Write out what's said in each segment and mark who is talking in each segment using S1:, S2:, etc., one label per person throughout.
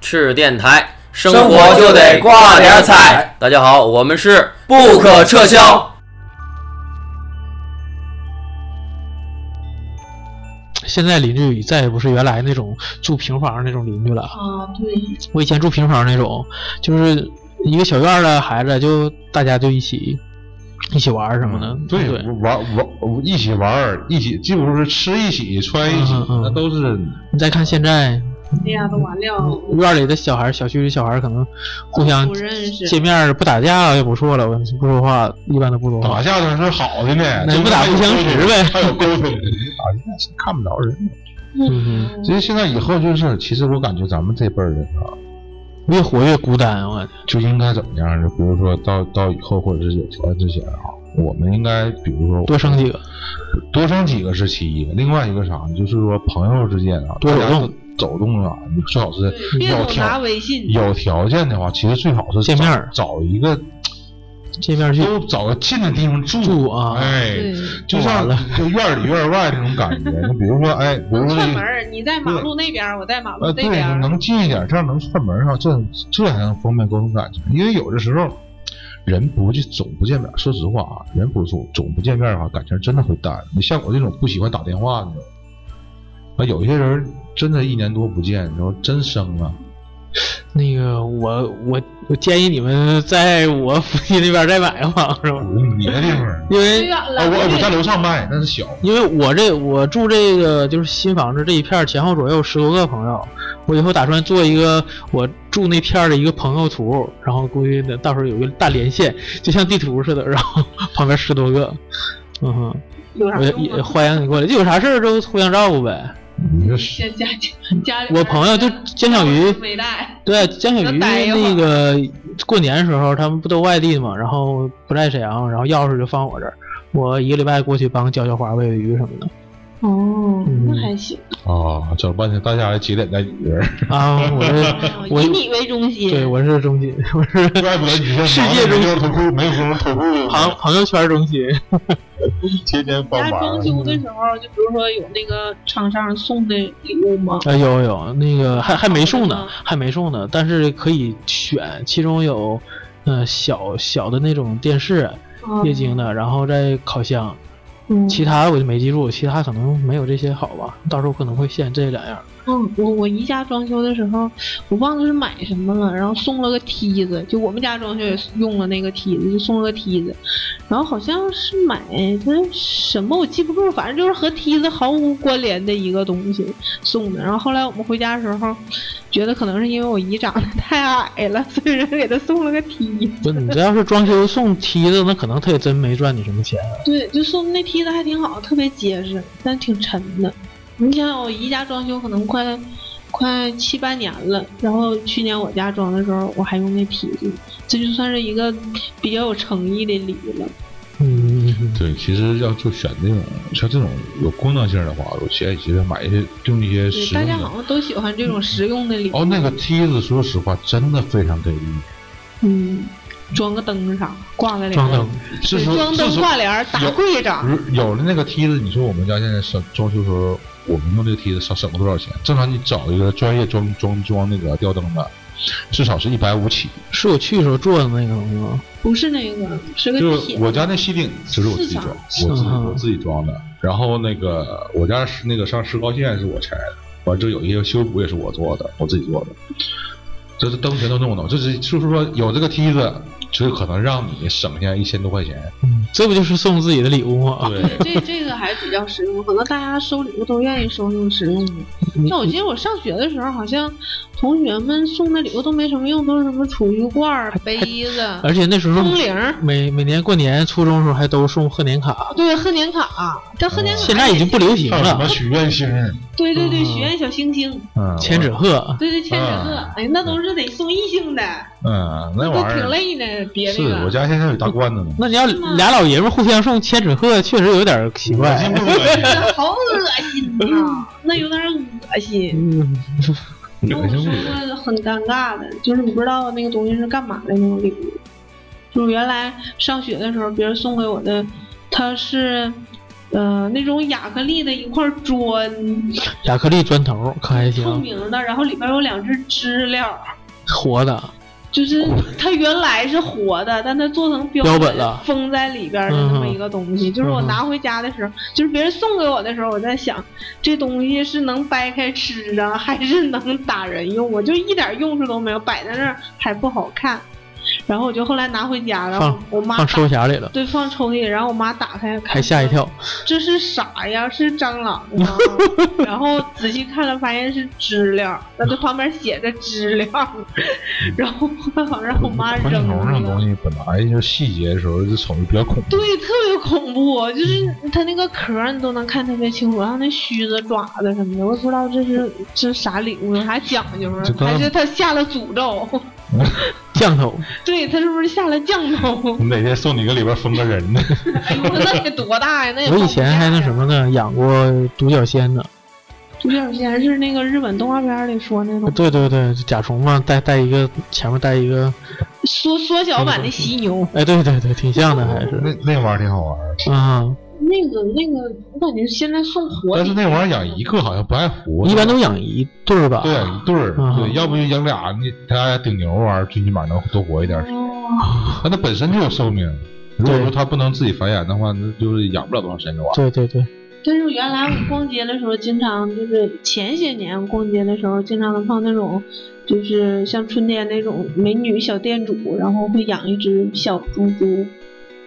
S1: 赤电台，生
S2: 生活
S1: 就
S2: 就得挂点彩。
S1: 大家好，我们是
S2: 不可撤销。
S3: 现在邻居再也不是原来那种住平房那种邻居了。
S4: 啊，对，
S3: 我以前住平房那种，就是一个小院儿的孩子，就大家就一起一起玩儿什么的。
S5: 嗯对，
S3: 对，
S5: 玩玩一起玩儿，一起几乎是吃一起穿一起，
S3: 嗯嗯嗯
S5: 那都是
S3: 你再看现在
S4: 哎呀，都完了，
S3: 院儿里的小孩儿、小区里小孩儿，可能互相
S4: 不认识。
S3: 见面儿不打架也不错了，我不说话一般都不说话
S5: 打。架都是好的呢，
S3: 那
S5: 这
S3: 不打
S5: 还有
S3: 不相
S5: 沟通
S3: 识呗
S5: 还有沟通，打架是看不着人。
S3: 嗯
S5: 其实现在以后就是，其实我感觉咱们这辈儿人啊，
S3: 哼，越活越孤单，我感觉。
S5: 就应该怎么样？就比如说到到以后，或者是有条件之前啊，我们应该比如说
S3: 多生几个，
S5: 多生几个是其一，另外一个啥呢？就是说朋友之间啊，
S3: 多走动
S5: 大家走动啊，你最好是
S4: 对，别
S5: 有
S4: 总拿
S5: 条
S4: 微信。
S5: 有条件的话，其实最好是
S3: 见面儿
S5: 找找一个
S3: 见面儿去
S5: 都找个近的地方住
S3: 住啊
S5: 哎，
S4: 对，
S5: 就
S3: 完
S5: 像
S3: 了
S5: 就院儿里院儿外那种 感觉。就比如说，哎，比如说
S4: 串门
S5: 这。
S4: 儿，你在马路那边儿，我在马
S5: 呃，
S4: 路
S5: 对
S4: 那，边儿。
S5: 能近一点，这样能串门儿啊，这这才能方便沟通感情。因为有的时候，人不就总不见面，说实话啊，人不总总不见面的话，感情真的会淡。你像我这种不喜欢打电话的那种，啊，有些人真的一年多不见，然后真生啊了。
S3: 那个我我我建议你们在我附近那边儿再买个房，是吧？
S5: 别的地方 儿，
S3: 因
S4: 太
S3: 为
S4: 远
S5: 啊，
S4: 了，
S5: 我我在
S4: 对
S5: 楼上卖，那是小。
S3: 因为我这我住这个就是新房子这一片儿前后左右十多个朋友，我以后打算做一个我住那片儿的一个朋友图，然后估计得到时候有个大连线，就像地图似的，然后 旁边十多个，嗯哼，
S4: 有啥
S3: 我也
S4: 用
S3: 也
S4: 啊？
S3: 欢迎你过来，就有啥事儿就互相照顾呗。
S5: 你这是
S4: 家家家里边儿，
S3: 我朋友就江小鱼
S4: 没带，
S3: 对，啊江小鱼
S4: 能待一会
S3: 那
S4: 儿
S3: 个过年的时候他们不都外地嘛，然后不在沈阳，然后钥匙就放我这儿，我一个礼拜过去帮浇浇花、喂喂鱼什么的。
S4: 哦
S3: 嗯那
S4: 还行。
S5: 啊，整半天大家还挤脸在里边儿，
S3: 啊，我这 我
S4: 以你为中心。
S3: 对我是中心，我是。
S5: 怪不得你 这
S3: 世界中
S5: 脱裤没工夫脱裤，
S3: 朋朋友圈中 心，
S5: 天天帮
S4: 家
S5: 忙
S4: 装。修的时候，就比如说有那个厂商送的礼物吗？
S3: 啊有有那个还还没送呢
S4: 嗯，
S3: 还没送呢，但是可以选，其中有，呃小小的那种电视液晶的，然后再烤箱，
S4: 嗯，
S3: 其他我就没记住，其他可能没有这些好吧，到时候可能会限这两样。
S4: 嗯，我我姨家装修的时候，我忘了是买什么了，然后送了个梯子，就我们家装修也用了那个梯子，就送了个梯子，然后好像是买的什么我记不住，反正就是和梯子毫无关联的一个东西送的。然后后来我们回家的时候，觉得可能是因为我姨长得太矮了，所以人给她送了个梯。
S3: 不，你这要是装修送梯子，那可能他也真没赚你什么钱。
S4: 对，就送那梯子还挺好，特别结实，但挺沉的。你想想，我姨家装修可能快快七八年了，然后去年我家装的时候，我还用那梯子，这就算是一个比较有诚意的礼了。
S3: 嗯，嗯嗯
S5: 对，其实要就选这种像这种有功能性的话，我建议其实买一些用一
S4: 对，
S5: 些实
S4: 大
S5: 用
S4: 家
S5: 的
S4: 好。像都喜欢这种实用的礼。
S5: 哦，那个梯子，说实话，真的非常给力。
S4: 嗯，装个灯啥，挂在里
S3: 装
S4: 面。
S3: 灯，
S5: 是
S4: 对
S5: 说，
S4: 装
S5: 是
S4: 灯
S5: 说
S4: 挂帘儿，打
S5: 有
S4: 柜上。
S5: 不是有了那个梯子，你说我们家现在上装修时候，我们用这个梯子省省了多少钱？正常你找一个专业装装装那个吊灯的，至少是一百五起。
S3: 是我去的时候做的那个东西吗？
S4: 不是那个，是个
S5: 就是
S4: 铁。
S5: 我家那吸顶就是我自己装，
S3: 市场
S5: 我自己
S3: 嗯
S5: 我自己装的。然后那个我家是那个上石膏线是我拆的，完之后有一些修补也是我做的，我自己做的。这是灯全都弄的，这是就是说有这个梯子，就可能让你省下一千多块钱。
S3: 嗯，这不就是送自己的礼物吗？
S5: 对，
S4: 这这个还是比较实用，可能大家收礼物都愿意收那种实用的。
S5: 嗯
S3: 你
S4: 像我记得我上学的时候，好像同学们送的礼物都没什么用，都是什么储蓄罐儿、杯子、
S3: 而且那时候
S4: 风铃儿，
S3: 每每年过年初中的时候还都送贺年卡，
S4: 哦对，贺年卡。但贺年卡
S5: 哦
S3: 现在已经不流行
S5: 还有什么
S3: 了，
S5: 许愿星？
S4: 对对对，
S3: 嗯
S4: 许愿小星星，
S5: 嗯，
S3: 千纸鹤。
S4: 对对千纸鹤
S5: 啊，
S4: 哎，那都是得送异性的，
S5: 嗯，那
S4: 都
S5: 玩意
S4: 挺
S5: 儿
S4: 累的，别
S5: 是
S4: 那
S5: 我
S4: 个。
S5: 家现在有大罐子呢，
S3: 那你要俩老爷们儿互相送千纸鹤，确实有点奇
S5: 恶
S3: 怪。
S5: 心不恶
S4: 好恶心 呐、那有点恶心。
S3: 嗯，
S5: 心？
S4: 然后我
S5: 恶心
S4: 收
S5: 不恶心？
S4: 过很尴尬的，就是你不知道那个东西是干嘛的那种礼物。就是原来上学的时候，别人送给我的，它是呃，那种亚克力的一块砖，
S3: 亚克力砖头可还
S4: 透
S3: 哎行，
S4: 明的，然后里边有两只知了，
S3: 活的，
S4: 就是它原来是活的，但它做成标
S3: 标本了嗯
S4: 封在里边的那么一个东西。就是我拿回家的时候，就是别人送给我的时候，我在想这东西是能掰开吃啊，还是能打人用？我就一点用处都没有，摆在那儿还不好看。然后我就后来拿回家，然后
S3: 放
S4: 我妈
S3: 放
S4: 打
S3: 抽匣里了，
S4: 对放抽屉，然后我妈打开
S3: 还吓一，跳。
S4: 这是啥呀？是蟑螂 吗？然后仔细看了，发现是知了，那这旁边写着知了， 然后好让我妈
S5: 关键
S4: 扔
S5: 虫这种东
S4: 了。
S5: 西本来就细节的时候就瞅着比较恐怖，
S4: 对，特别恐怖，就是它那个壳儿你都能看特别清楚，然后那须子、爪子什么的，我也不知道这是这是啥礼物，有啥讲究啊
S5: 这？刚
S4: 还是它下了诅咒？
S3: 降头，
S4: 对，它是不是下了降头
S5: 我？们哪天送你个里边封个人呢？
S4: 哎呦，那得多大呀？那也
S3: 我以
S4: 放不
S3: 前
S4: 下
S3: 还那
S4: 呀
S3: 什么呢，养过独角仙呢。
S4: 独角仙是那个日本动画片儿里说那种
S3: 对对对，甲虫嘛，带带一个前面带一个，
S4: 缩缩小版的犀牛。
S3: 哎，对对对，挺像的，还是
S5: 那那玩意儿挺好玩儿，
S3: 啊，
S4: 那个那个，我感觉现在送活
S5: 但
S4: 体
S5: 是那玩意儿养一个好像不爱活，
S3: 一般都养一对儿吧？
S5: 对一对儿，
S3: 嗯
S5: 对，要不就养俩，你他俩顶牛玩意儿，最起码能多活一点儿。
S4: 哦，
S5: 但它本身就有寿命，如果
S3: 对
S5: 说它不能自己繁衍的话，那就是养不了多长时间就完了。
S3: 对对对，
S4: 但是原来我逛街的时候，经常就是前些年逛街的时候，经常能碰那种，就是像春天那种美女小店主，然后会养一只小猪猪，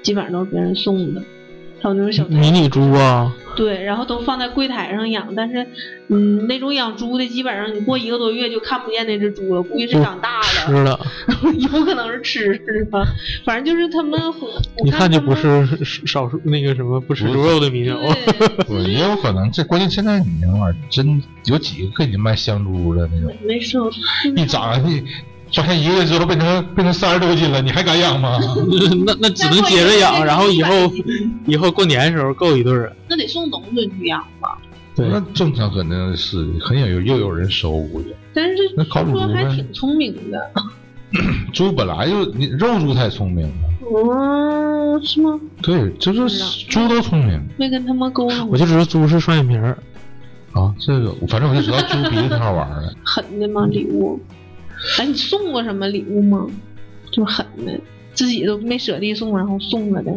S4: 基本上都是别人送的，还有那种小
S5: 嗯
S3: 迷你猪啊，
S4: 对，然后都放在柜台上养。但是，嗯，那种养猪的，基本上你过一个多月就看不见那只猪了，估计是
S5: 嗯
S3: 就
S4: 长大了
S3: 吃。了，
S4: 有可能是吃吧，反正就是他们很，我
S3: 一看就
S4: 他
S3: 不
S4: 们
S3: 是少数那个什么不吃猪肉的民谣。
S5: 对，
S4: 对，
S5: 也有可能，这关键现在你那玩意儿真有几个给你卖香猪的那种，
S4: 没事，我
S5: 一长你发现一个月之后变成变成三十多斤了，你还敢养吗？
S3: 那那只能接着养，然后以后以后过年的时候够一对儿。
S4: 那得送农村去养吧。
S3: 对
S5: 那正常肯定是很有又有人收，估计
S4: 但是
S5: 那烤乳
S4: 说
S5: 猪
S4: 还
S5: 呗，
S4: 挺聪明的，
S5: 猪本来就你肉猪太聪明了，
S4: 嗯，是吗？
S5: 对，就是猪都聪明
S4: 没跟他们沟通
S3: 我就知道猪是双眼皮儿，
S5: 啊。这个反正我就知道猪鼻子挺好玩的，
S4: 狠的吗？礼物？哎，你送过什么礼物吗？就是狠的，自己都没舍得送，然后送了的，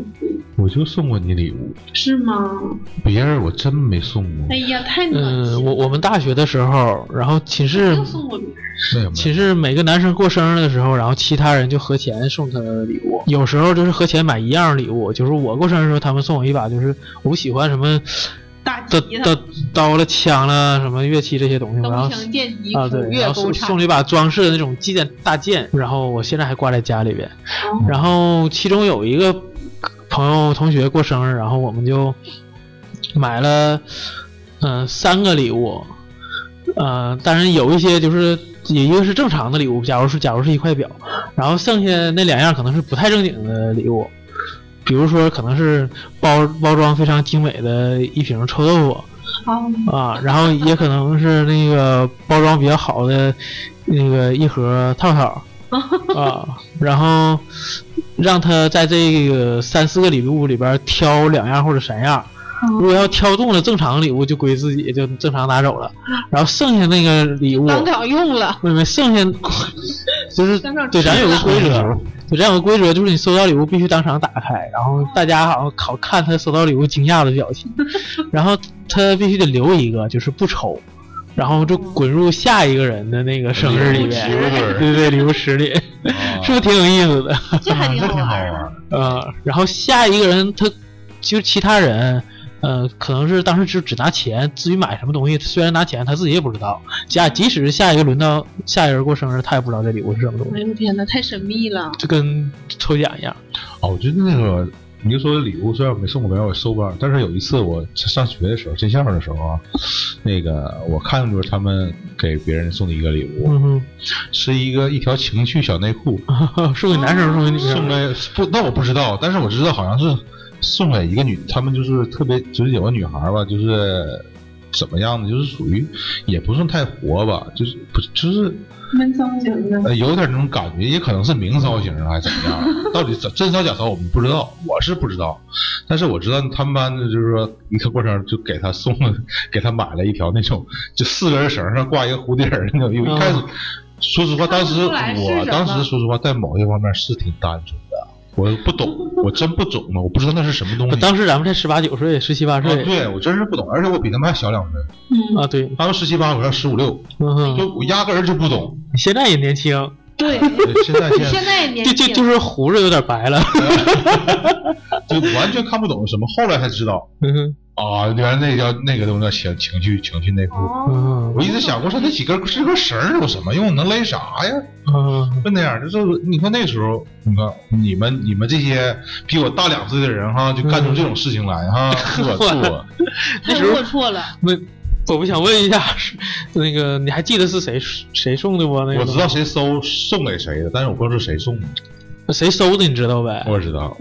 S5: 我就送过你礼物，
S4: 是吗？
S5: 别人我真没送过
S4: 哎，呀，太暖心
S3: 嗯，
S4: 了。
S3: 我我们大学的时候，然后寝室
S4: 又送过别人，
S5: 那有没
S3: 寝
S5: 有？
S3: 室每个男生过生日的时候，然后其他人就合钱送他礼物，有时候就是合钱买一样礼物，就是我过生日的时候，他们送我一把就是我不喜欢什么
S4: 大
S3: 的
S4: 吉他
S3: 的刀了、枪了、什么乐器这些东西，然
S4: 刀
S3: 后
S4: 枪剑戟
S3: 啊
S4: 斧
S3: 对，
S4: 钺
S3: 然后送
S4: 钩叉
S3: 送了一把装饰的那种祭剑大剑，然后我现在还挂在家里边。然后其中有一个朋友同学过生日，然后我们就买了嗯、呃三个礼物，呃，当然有一些就是也一个是正常的礼物，假如是假如是一块表，然后剩下那两样可能是不太正经的礼物，比如说可能是包包装非常精美的一瓶臭豆腐。
S4: 啊。
S3: 啊，然后也可能是那个包装比较好的那个一盒套套啊，然后让他在这个三四个礼物里边挑两样或者三样，如果要挑中了正常礼物就归自己，就正常拿走了，然后剩下那个礼物。
S4: 当场用 了，
S3: 妹妹，剩下就是
S4: 当场
S3: 对，咱
S4: 吃
S3: 有个
S4: 了
S3: 规则，对，咱有个规则，就是你收到礼物必须当场打开，然后大家好像好看他收到礼物惊讶的表情，然后他必须得留一个，就是不抽，然后就滚入下一个人的那个生日里
S5: 礼物
S3: 边，
S5: 池
S3: 对对，礼物池里，
S5: 啊
S3: 是不是挺有意思的？
S4: 这还挺
S5: 那
S4: 好
S5: 挺好
S4: 玩
S5: 玩
S4: 儿。
S5: 儿。啊
S3: 呃，然后下一个人他就是其他人，呃，可能是当时只只拿钱，至于买什么东西，虽然拿钱，他自己也不知道。假即使是下一个轮到下一个人过生日，他也不知道这礼物是什么东
S4: 哎
S3: 西，
S4: 呦天哪，太神秘了！
S3: 就跟抽奖一样。
S5: 哦，我觉得那个你就说礼物，虽然我没送过别人，我收不了。但是有一次我上学的时候，进校的时候啊，那个我看着他们给别人送的一个礼物，
S3: 嗯
S5: 是一个一条情趣小内裤，
S3: 哼，送给男生，送给女
S5: 送
S3: 生，
S5: 给不？那我不知道，但是我知道好像是送给一个女，他们就是特别就是有个女孩吧，就是怎么样呢？就是属于也不算太活吧，就是不就是
S4: 闷骚型的，
S5: 呃有点那种感觉，也可能是明骚型的啊还是怎么样？到底怎真骚假骚我们不知道，我是不知道，但是我知道他们班的就是说一个过程就给他送了，给他买了一条那种就四根绳上挂一个蝴蝶儿那种，有一开始。说实话，当时
S4: 看不出来是什么
S5: 我当时说实话，在某些方面是挺单纯的，我不懂，我真不懂啊，我不知道那是什么东
S3: 我
S5: 西。
S3: 当时咱们才十八九岁，十七八
S5: 啊，
S3: 岁
S5: 对我真是不懂，而且我比他们还小两岁，
S4: 嗯，
S3: 啊，对，
S5: 他们十七八，我要十五六，
S3: 嗯哼，
S5: 就我压根儿就 不懂。
S3: 现在也年轻，
S4: 对，
S5: 对现在现在
S4: 现在也年
S3: 就就
S4: 轻，
S3: 就是胡子有点白了，
S5: 就完全看不懂是什么，后来才知道
S3: 嗯哼，
S5: 啊，原来那叫那个东西叫情情绪情绪内裤。
S4: 哦，
S3: 嗯
S5: 我一直想过，说那几根这根绳儿有什么用？能勒啥呀？
S3: 嗯
S5: 就那样，就是你看那时候，你看你们你们这些比我大两岁的人哈，就干出这种事情来哈，是吧？是吧？
S4: 太龌龊了，
S3: 问，我不想问一下，是那个你还记得是谁谁送的不？那个
S5: 我知道谁收送给谁的，但是我不知道是谁送的，
S3: 谁收的，你知道呗？
S5: 我知道，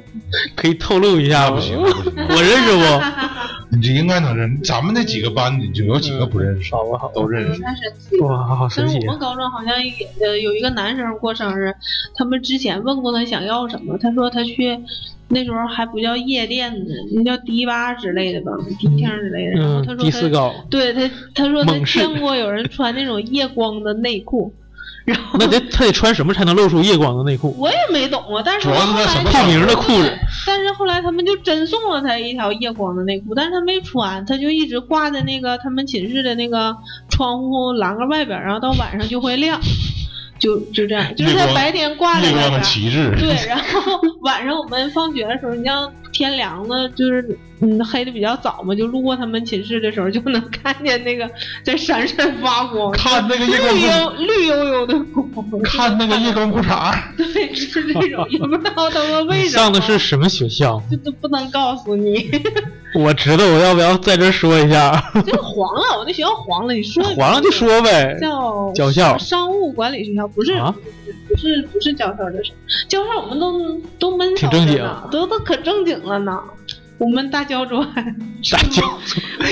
S3: 可以透露一下
S5: 那
S3: 吗
S5: 不行，那不行，
S3: 啊
S5: 啊
S3: 我认 识不？
S5: 你就应该能认。咱们那几个班，你就有几个不认识，
S3: 好吧，好吧，啊
S5: 都认识。
S4: 太神奇了。
S3: 哇，好神
S4: 但是
S3: 奇啊
S4: 我！们高中好像也呃有一个男生过生日，他们之前问过他想要什么，他说他去那时候还不叫夜店呢，那叫迪吧之类的吧，迪厅之类的。然后他
S3: 嗯，
S4: 说
S3: 第四
S4: 他
S3: 高，
S4: 对他他说他
S3: 猛士
S4: 见过有人穿那种夜光的内裤，然后
S3: 那得他得穿什么才能露出夜光的内裤？
S4: 我也没懂啊，但是
S5: 主要是
S4: 后
S5: 那
S4: 来
S5: 什么
S4: 就
S3: 透明的裤子，
S4: 但是后来他们就真送了他一条夜光的内裤，但是他没穿，他就一直挂在那个他们寝室的那个窗户栏杆外边儿，然后到晚上就会亮，就就这样，就是
S5: 夜
S4: 他
S5: 光
S4: 白天挂在
S5: 夜
S4: 外
S5: 光
S4: 边
S5: 的
S4: 儿。
S5: 旗帜，
S4: 嗯对，然后晚上我们放学的时候，你像天凉了，就是嗯黑的比较早嘛，就路过他们寝室的时候，就能看见那个在闪闪发 光，
S5: 看那个夜光
S4: 绿
S5: 裤，
S4: 油绿油油的光，
S5: 看那个夜光裤 衩，
S4: 对，就是这种，也不知道他们为
S3: 你
S4: 什么
S3: 上的是什么学校？
S4: 就都不能告诉你，
S3: 我知道，我要不要在这儿说一下？
S4: 就是黄了，我那学校黄了，你说
S3: 皇上就说呗，
S4: 叫
S3: 叫校
S4: 商务管理学校，不是、
S3: 啊
S4: 不是不是教授，这是教授，我们都都闷骚
S3: 挺正经啊
S4: 着呢都都可正经了呢。我们大焦砖，
S3: 啥叫？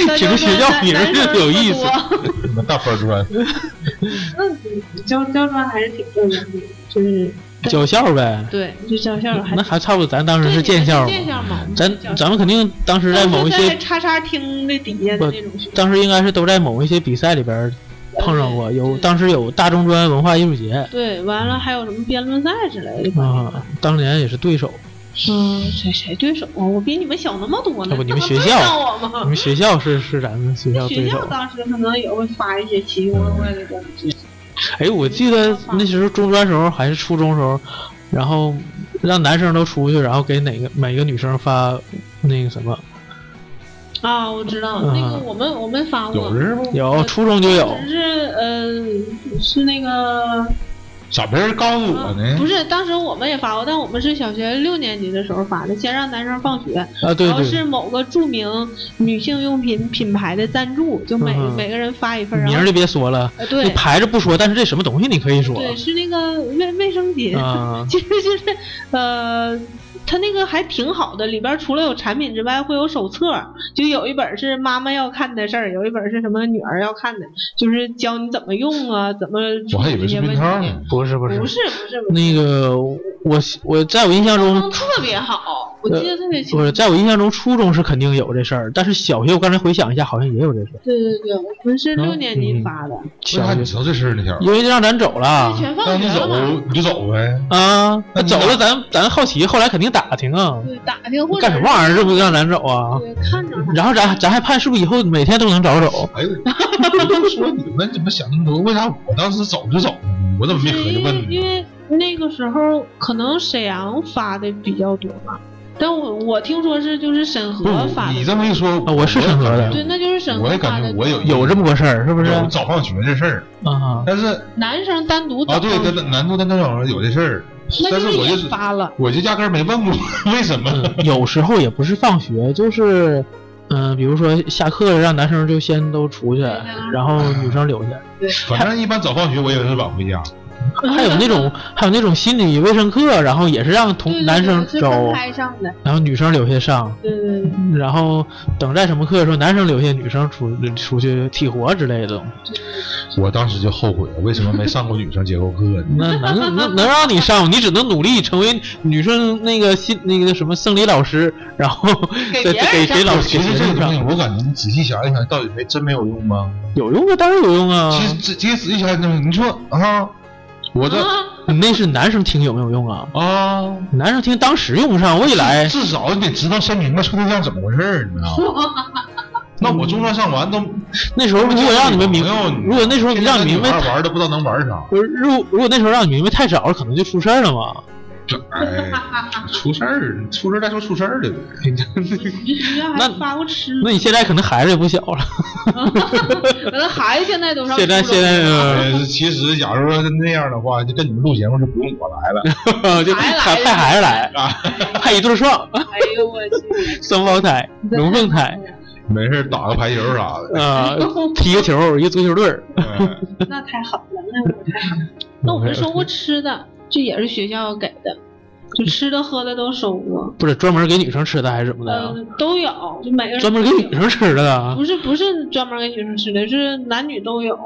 S4: 大
S3: 这个学校名儿
S4: 就
S3: 有意思
S5: 你们大粉砖，
S4: 那焦焦砖还是挺正经的，就是
S3: 教校呗？
S4: 对，就教校还
S3: 那还差不多，咱当时
S4: 对
S3: 是建校嘛
S4: 你们是，建校嘛，我们是
S3: 咱
S4: 建校
S3: 咱们肯定当时在某一
S4: 当时在
S3: 些，
S4: 叉叉厅的底下的
S3: 不
S4: 那种学校，
S3: 当时应该是都在某一些比赛里边碰上过，有当时有大中专文化艺术节
S4: 对，完了还有什么辩论赛之类的吧
S3: 啊，当年也是对手，
S4: 嗯，谁谁对手啊？我比你们小那么多呢。
S3: 要不你们学校
S4: 那能对上我
S3: 你
S4: 吗？
S3: 们学校是是咱们学校
S4: 嗯学
S3: 对
S4: 校
S3: 手。
S4: 当时可能也会发一些奇奇怪怪的东西。
S3: 哎，我记得那时候中专时候还是初中时候，然后让男生都出去，然后给哪个每个女生发那个什么，
S4: 啊，我知道、
S3: 嗯
S4: 那个，我们我们发过呃
S5: 有，人不？
S3: 有
S4: 嗯
S3: 初中就有，
S4: 只是呃是那个、
S5: 咋没人告诉我
S4: 啊
S5: 呢？
S4: 不是，当时我们也发过，但我们是小学六年级的时候发的，先让男生放学，
S3: 啊，对
S4: 然
S3: 对，
S4: 后是某个著名女性用品品牌的赞助，就每、
S3: 嗯
S4: 每个人发一份，然
S3: 名儿
S4: 后
S3: 就别说了，
S4: 呃
S3: 那
S4: 对
S3: 牌子不说，但是这什么东西你可以说
S4: 对是那个卫卫生巾。
S3: 啊，
S4: 其实就是，呃，它那个还挺好的，里边儿除了有产品之外，会有手册，就有一本是妈妈要看的事儿，有一本是什么女儿要看的，就是教你怎么用啊，怎么
S5: 我
S4: 处
S5: 还
S4: 理
S5: 以
S4: 这
S5: 为是
S4: 些
S5: 避
S4: 问
S5: 孕套
S4: 题。
S5: 呢，
S3: 不是不
S4: 不
S3: 是
S4: 是。不是不是，
S3: 那个我我在我印象中，
S4: 弄特别好，我记得特别清
S3: 不
S4: 楚。
S3: 是在我印象中，初中是肯定有这事儿，但是小学我刚才回想一下，好像也有这事儿。
S4: 对对对，我们是六年级
S3: 嗯啊
S4: 发的，
S5: 为啥
S3: 小
S5: 你
S3: 学
S5: 知道这事儿呢？小
S3: 因为让咱走了
S4: 全放
S5: 让
S4: 学
S5: 你
S4: 了
S5: 走
S4: 嘛。
S5: 你就走呗。
S3: 啊，那
S5: 那你
S3: 走了
S5: 咋
S3: 咱咱好奇，后来肯定打听啊，
S4: 对，打听或者
S3: 干什么玩意儿？这不让咱走啊？
S4: 对，看着
S3: 然后咱咱还盼是不是以后每天都能早走？
S5: 哎呦，我就说你们怎么想那么多？为啥我当时走就走呢？我怎么没
S4: 是
S5: 合计
S4: 因为
S5: 问
S4: 因
S5: 呢？
S4: 为那个时候可能沈阳发的比较多吧，但我我听说是就是沈
S5: 不
S4: 河发
S5: 你
S4: 的
S5: 这
S4: 多，
S5: 么一说，
S3: 啊我是审核的
S4: 对，那就是沈
S5: 我
S4: 河
S5: 也
S4: 发
S5: 感
S4: 的
S5: 觉
S4: 多。
S5: 我有
S3: 有这么个事儿是不是？
S5: 有早放学这事儿，
S3: 啊，
S5: 但是
S4: 男生单独
S5: 啊，
S4: 找
S5: 对，
S4: 上
S5: 跟那南都跟那小有这事儿，
S4: 那
S5: 但
S4: 就是
S5: 我
S4: 也
S5: 就是
S4: 发了，
S5: 我就压根儿没问过为什么。
S3: 嗯有时候也不是放学，就是嗯、比如说下课了，让男生就先都出去，
S4: 对呀啊
S3: 然后女生留下。
S5: 反正一般早放学我也是晚回家，
S3: 还有那种还有那种心理卫生课，然后也是让同
S4: 对对
S3: 男生
S4: 对是
S3: 招
S4: 分，开上的，
S3: 然后女生留下上，
S4: 对对对，
S3: 然后等待什么课的时候，男生留下，女生出出去体活之类的 东西。
S5: 我当时就后悔了，为什么没上过女生结构课呢？
S3: 那能能能让你上，你只能努力成为女生那个心那个什么生理老师，然后
S4: 给
S3: 再
S4: 别人
S3: 给
S4: 上
S3: 给老师
S5: 其
S3: 给
S5: 实
S3: 学
S5: 这
S3: 生
S5: 个东西，
S3: 上，
S5: 我感觉你仔细想一想，到底没真没有用吗？
S3: 有用啊，当然有用啊。
S5: 其实这其实仔细想想这东西，你说啊，我这
S4: 啊，
S3: 你那是男生听有没有用啊？
S5: 啊，
S3: 男生听当时用不上，未 来
S5: 至少你得知道先明白处对象怎么回事儿，你知道吗？那我中专上完都，
S3: 那时候如果让你们明
S5: 没有，，
S3: 如果那时候你让你明白
S5: 天天跟女孩玩儿都不知道能玩儿啥，
S3: 不是，如果如果那时候让你明白太早了，可能就出事儿了嘛。
S4: 嗯
S5: 这哎，出事儿，出事儿再说出事儿的呗。
S4: 你要
S3: 那
S4: 还发过吃，
S3: 那你现在可能孩子也不小了，
S4: 那孩子现在都上
S3: 现在
S4: 初中
S3: 现在
S4: 了
S5: 呃，其实假如说是那样的话，就跟你们录节目是不用我来了。
S3: 呃就
S4: 孩子
S3: 派
S4: 来
S3: 派孩子来，派一对儿双
S4: 哎呦我去，
S3: 双胞胎、龙凤 胎
S5: 没事儿打个排球啥的。
S3: 啊，踢个球，一个足球队儿。
S5: 哎
S4: 那太狠了，那我太狠了。那我们收过吃的，这也是学校给的，就吃的喝的都收过，
S3: 不是专门给女生吃的还是怎么的啊？
S4: 嗯，都有，就每个人
S3: 专门给
S4: 都有
S3: 女生吃的啊
S4: 不？是不是专门给女生吃的，是男女都有。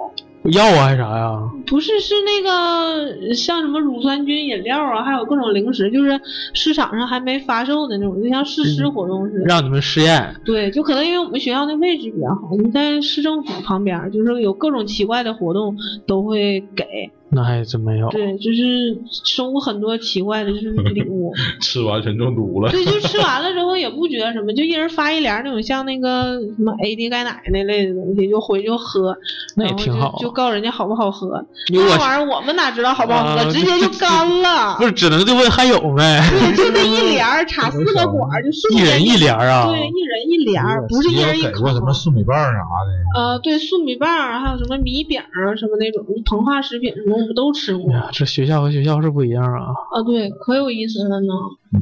S3: 药啊还是啥呀？
S4: 不是，是那个像什么乳酸菌饮料啊，还有各种零食，就是市场上还没发售的那种，就像试吃
S3: 嗯
S4: 活动似的。
S3: 让你们试验，
S4: 对，就可能因为我们学校的位置比较好，我们在市政府旁边儿，就是有各种奇怪的活动都会给。
S3: 那还真没有。
S4: 对，就是收很多奇怪的，就是礼物。
S5: 吃完全中毒了。
S4: 对，就吃完了之后也不觉得什么，就一人发一帘儿那种，像那个什么 AD 钙奶那类的东西，就回去就喝，
S3: 那也
S4: 然后
S3: 挺
S4: 就
S3: 好啊
S4: 就告诉人家好不好喝。
S3: 因为
S4: 那
S3: 我
S4: 玩意儿我们哪知道好不好喝，
S3: 啊
S4: 直 接就干了
S3: 不。是只能就问还有没？
S4: 对，就那一帘儿插四个管儿，就四个
S3: 一人一帘儿啊？
S4: 对，一人一帘儿，不是一人一
S5: 给
S4: 口
S5: 过。什么粟米棒啥的，
S4: 呃，对，粟米棒儿，啊还有什么米饼儿，啊什么那种膨化食品什么，我们都吃过。
S3: 哎呀，这学校和学校是不一样啊，
S4: 啊，对，可有意思了呢。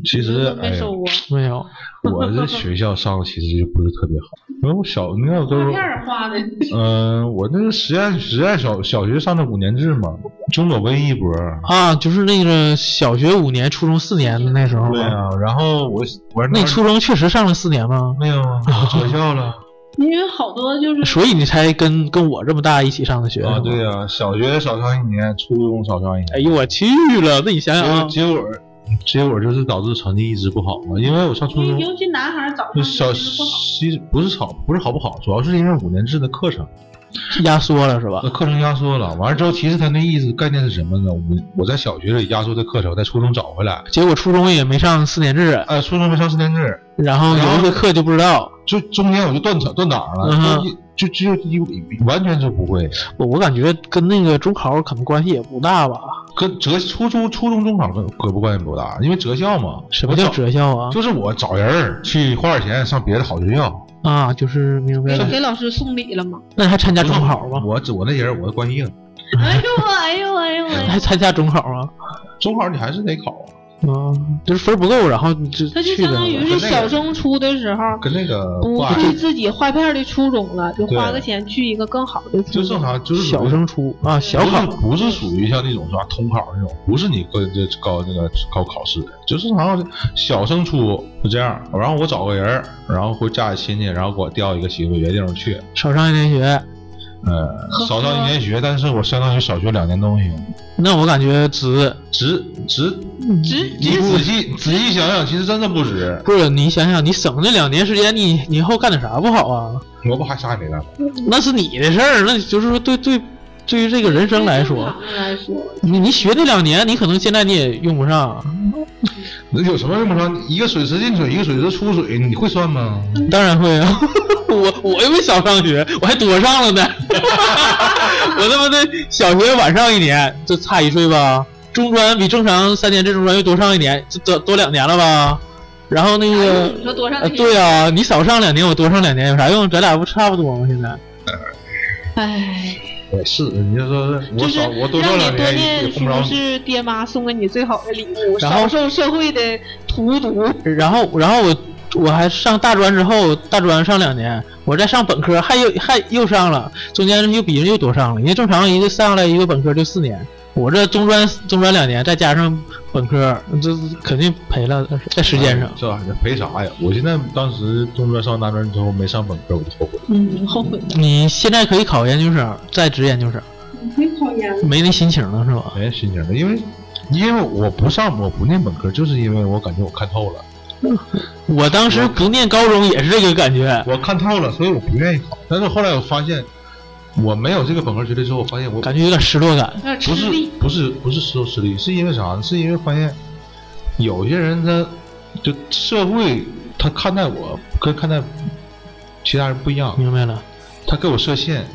S5: 其实
S4: 都没
S5: 哎呀，
S4: 收过，
S3: 没有。
S5: 我这学校上的其实就不是特别好，因为我小那个都
S4: 画
S5: 是
S4: 片，儿画的。
S5: 嗯、我那是实验实验小小学上的五年制嘛，中走微一波。
S3: 啊，就是那个小学五年、初中四年的那时候
S5: 对
S3: 吧。
S5: 啊，然后我我
S3: 那你初中确实上了四年吗？
S5: 没有啊，我转校 了
S4: 因为好多就是
S3: 所以你才跟跟我这么大一起上的学是
S5: 啊，
S3: 吗
S5: 对呀、小学少上一年，初中少上一年。
S3: 哎呦我去了，那你
S4: 哎
S3: 想想啊，
S5: 结果结果结果就是导致成绩一直不好嘛，因为我上初
S4: 因
S5: 中
S4: 为尤其男孩儿早上
S5: 就嗯小
S4: 学习不好，
S5: 其实不是好不是好不好，主要是因为五年制的课程，
S3: 压缩了是吧
S5: 那？课程压缩了。完了之后，其实他那意思概念是什么呢？我我在小学里压缩的课程，在初中找回来。
S3: 结果初中也没上四年制，
S5: 哎，初中没上四年制，
S3: 然后有一些课就不知道。
S5: 就中间我就断档断档
S3: 嗯
S5: 了，
S3: 哼
S5: 就一就就就一完全就不会。
S3: 我我感觉跟那个中考可能关系也不大吧？
S5: 跟择初中初中中考可可不关系不大，因为择校嘛。
S3: 什么叫
S5: 我找？
S3: 择校啊？
S5: 就是我找人儿去花点钱上别的好学校。
S3: 啊，就是明
S5: 嗯
S3: 白
S4: 给
S3: 了。
S4: 给老师送礼了吗？
S3: 那你还参加中考吗？
S5: 我我那人我的关系硬，
S4: 哎呦我，哎呦我，哎呦
S3: 你
S4: 我，
S3: 还参加中考啊？
S5: 中考你还是得考啊，
S3: 啊，就是分儿不够，然后就
S4: 他就
S3: 去
S4: 相
S3: 的
S4: 当于是小升初的时候，
S5: 跟那个
S4: 不
S5: 挂
S4: 是自己画片儿的初衷了，就
S5: 对
S4: 花个钱去一个更好的初
S5: 就正
S4: 中。
S5: 常就是嗯
S3: 小升初啊，小
S5: 不是
S3: 考
S5: 不
S4: 嗯
S5: 是属于像那种啥统考那种，不是你跟这高那个高考试的，就正常小升初就这样。然后我找个人儿，然后回家里亲戚，然后给我调一个媳妇别地方去，
S3: 少上一年学。
S5: 呃，少上一年学，但是我相当于少学两年东西。
S3: 那我感觉值，
S5: 值值
S4: 嗯值
S5: 你
S4: 值
S5: 仔细仔细想想，其实真的不值。
S3: 不是你想想，你省那两年时间，你你以后干点啥不好啊？
S5: 我不还啥也没干吗？
S3: 那是你的事儿，那就是说对对，对于这个人生来说，
S4: 正常来说，
S3: 你你学这两年，你可能现在你也用不上。
S5: 那有什么用不上？一个水池进水，一个水池出水，你会算吗？
S4: 嗯
S3: 当然会啊， 我我又没少上学，我还多上了呢。 我他妈的小学晚上一年，这差一岁吧。中专比正常三年制中专又多上一年，这多多两年了吧？然后那
S4: 哎呦
S3: 个，
S4: 你说多上
S3: 呃，对啊，你少上两年，我多上两年有啥用？咱俩不差不多吗？现在
S4: 哎，
S5: 也是，你就说是我
S4: 就是
S5: 少
S4: 让
S5: 我
S4: 你
S5: 多赚两
S4: 多
S5: 年也
S4: 念
S5: 碰不着
S4: 书
S5: 你。
S4: 是爹妈送给你最好的礼物，
S3: 然后
S4: 少受社会的荼毒。
S3: 然后然后我我还上大专之后，大专上两年，我再上本科，还又还又上了，中间又比人又多上了。人家正常一个上来一个本科就四年，我这中专中专两年，再加上本科，这肯定赔了，在时间上。
S5: 是吧？哎这赔啥呀？我现在当时中专上大专之后没上本科，我就后悔。
S4: 嗯，后悔的，
S3: 你现在可以考研究生，再职研究生，
S4: 你可以考研了。
S3: 没那心情了是吧？
S5: 没心情了，因为因为我不上，我不念本科，就是因为我感觉我看透了，
S3: 我当时不念高中也是这个感觉，
S5: 我看透了，所以我不愿意考。但是后来我发现，我没有这个本科学历之后，我发现我
S3: 感觉有点失落感。
S4: 有点吃
S5: 不是
S4: 力，
S5: 不是不是失落吃力，是因为啥呢？是因为发现有些人他就社会他看待我跟看待其他人不一样，
S3: 明白了，
S5: 他给我设限，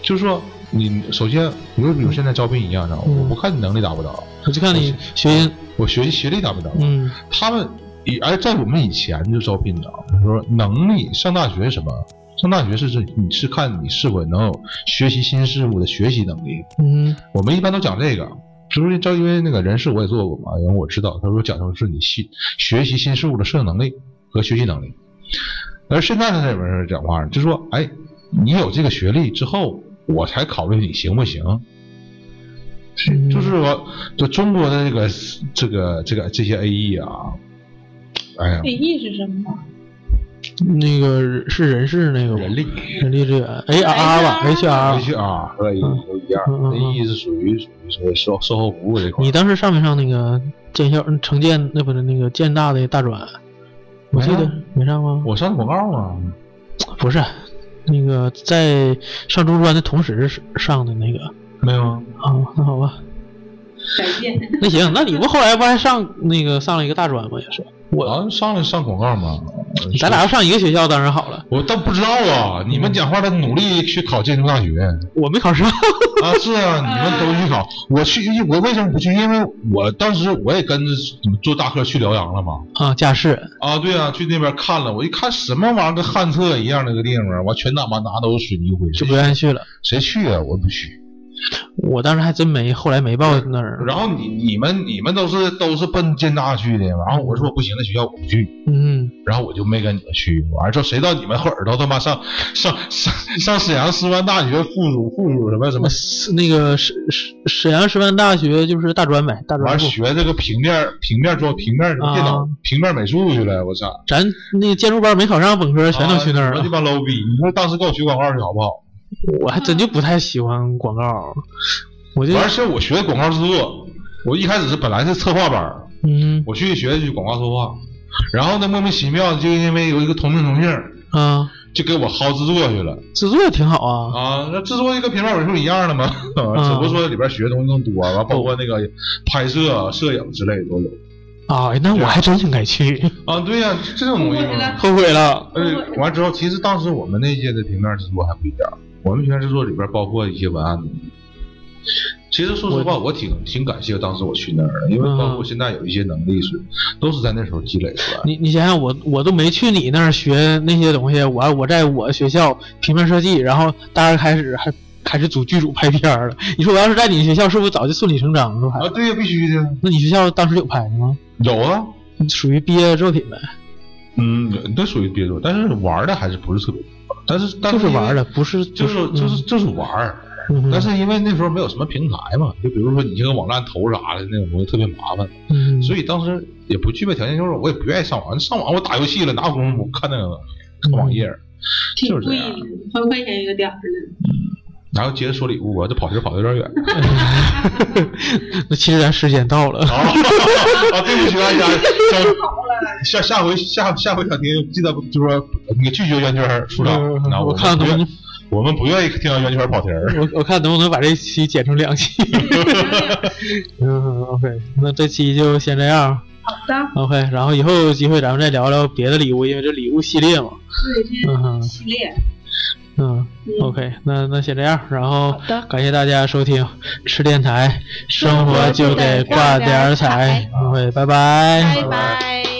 S5: 就是说你首先，你就比如现在招聘一样，知道吗？
S3: 嗯
S5: 我不看你能力达不达，
S3: 我就看你学习，
S5: 我学习学历达不达，
S3: 嗯
S5: 他们以而在我们以前就招聘的，说能力上大学是什么？上大学是是你是看你是否能有学习新事物的学习能力，
S3: 嗯，
S5: 我们一般都讲这个，是不是？招因为那个人事我也做过嘛，然后我知道，他说讲究是你新学习新事物的适应能力和学习能力。而现在他这边是讲话呢，就说，哎，你有这个学历之后，我才考虑你行不行。
S3: 嗯
S5: 就是说，就中国的这个这个这个这些 A E 啊，哎呀，
S4: A E 是什么？
S3: 那个是人事那个吧
S5: 人力
S3: 人力资源哎啊 HR 吧
S5: A
S3: HR。
S5: H R 和 A E 都一样
S3: 嗯嗯嗯
S5: ，A E 是属于属于说售售后服务这块儿。
S3: 你当时上没上那个建校嗯城建那不是那个建大的大专？我记
S5: 没
S3: 得
S5: 啊
S3: 没上吗？
S5: 我上广告啊，
S3: 不是，那个在上中专的同时是上的那个
S5: 没有啊。
S3: 啊，那好吧，
S4: 再见。
S3: 那行，那你不后来不还上那个上了一个大专吗？也是，
S5: 我要是上来上广告嘛，呃
S3: 咱俩要上一个学校当然好了，
S5: 我倒不知道啊。你们讲话的努力去考建筑大学
S3: 我没考上，
S5: 啊，是啊，你们都去考。我去，我为什么不去？因为我当时我也跟着坐大客去辽阳了嘛。
S3: 啊，假释，
S5: 啊，对啊，去那边看了，我一看什么玩意儿，跟旱厕一样那个地方，完全打满拿都是水泥灰，
S3: 就
S5: 谁
S3: 不愿意去了。
S5: 谁去啊？我不去。
S3: 我当时还真没，后来没报那儿。
S5: 然后你你们你们都是都是奔建大去的，然后我说我不行，那学校我不去。
S3: 嗯，
S5: 然后我就没跟你们去，完之后谁知道你们后耳朵他妈上上上上沈阳师范大学附属附属什么什么
S3: 我，是那个沈沈沈阳师范大学就是大专呗，大专
S5: 完
S3: 部。
S5: 学这个平面平面装平面
S3: 啊
S5: 电脑平面美术去了，我操！
S3: 咱那个建筑班没考上本科，全都去那儿
S5: 啊
S3: 了。
S5: 你们这帮 low 逼！你说当时给我学广告去好不好？
S3: 我还真就不太喜欢广告，我就
S5: 完事儿我学广告制作，我一开始是本来是策划班儿，
S3: 嗯
S5: 我去学的就是广告策划，然后呢莫名其妙就因为有一个同名同姓儿，
S3: 啊，
S5: 就给我薅制作去了。
S3: 制作挺好啊。
S5: 啊，那制作一个平面美术一样 的嘛，啊只不过说里边学的东西更多，完、包括那个拍摄、啊摄影之类的都有。
S3: 啊，那我还真应该去，
S5: 啊，对呀、这种东西嘛。
S3: 后悔了。
S5: 而且完之后，其实当时我们那届的平面制作还不一样，我们平面制作里边包括一些文案的。其实说实话，我挺挺感谢当时我去那儿的，因为
S3: 嗯
S5: 包括现在有一些能力是都是在那时候积累出来的。
S3: 你你想想我，我都没去你那儿学那些东西，我我在我学校平面设计，然后大二开始还开始组剧组拍片儿了。你说我要是在你学校，是不是早就顺理成章了？
S5: 啊，对呀、必须的。
S3: 那你学校当时有拍的吗？
S5: 有啊，
S3: 属于毕业作品呗，
S5: 嗯，那属于憋作，但是玩的还是不是特别多，但是但
S3: 就是
S5: 因为
S3: 玩儿的，，不是
S5: 就是就是就是玩儿。
S3: 嗯哼
S5: 但是因为那时候没有什么平台嘛，就比如说你这个网站投啥的那种东西特别麻烦，
S3: 嗯
S5: 所以当时也不具备条件，就是我也不愿意上网，上网我打游戏了，哪有功夫看那个看网页？
S3: 嗯
S4: 挺
S5: 就是这
S4: 贵
S5: 样
S4: 的，好几块钱一个 点儿呢。
S5: 然后接着说礼物吧，这跑题儿跑的有点远
S3: 嗯 那其实咱时间到了，
S5: 啊！
S3: 哦
S5: 啊，对不起大家， 下下下回下下回想听，记得就说你拒绝圆圈儿处长
S3: 嗯，
S5: 那
S3: 我
S5: 们
S3: 看
S5: 不
S3: 能不
S5: 愿
S3: 能，
S5: 我们不愿意听到圆圈儿跑题 儿。
S3: 我我看能不能把这期剪成两 期。嗯，OK，那这期就先这样。
S4: 好的，
S3: OK，然后以后有机会咱们再聊聊别的礼物，因为这礼物系列嘛。
S4: 对，这
S3: 嗯哼，
S4: 系列。
S3: 嗯
S4: 嗯
S3: ，OK，那那先这样，然后
S4: 好的
S3: 感谢大家收听吃电台，生
S4: 生
S3: 活
S4: 活
S3: 就
S4: 就
S3: 得
S4: 得
S3: 挂
S4: 挂
S3: 点
S4: 点
S3: 儿
S4: 儿
S3: 彩
S4: 彩。
S3: OK，拜拜
S4: 拜拜。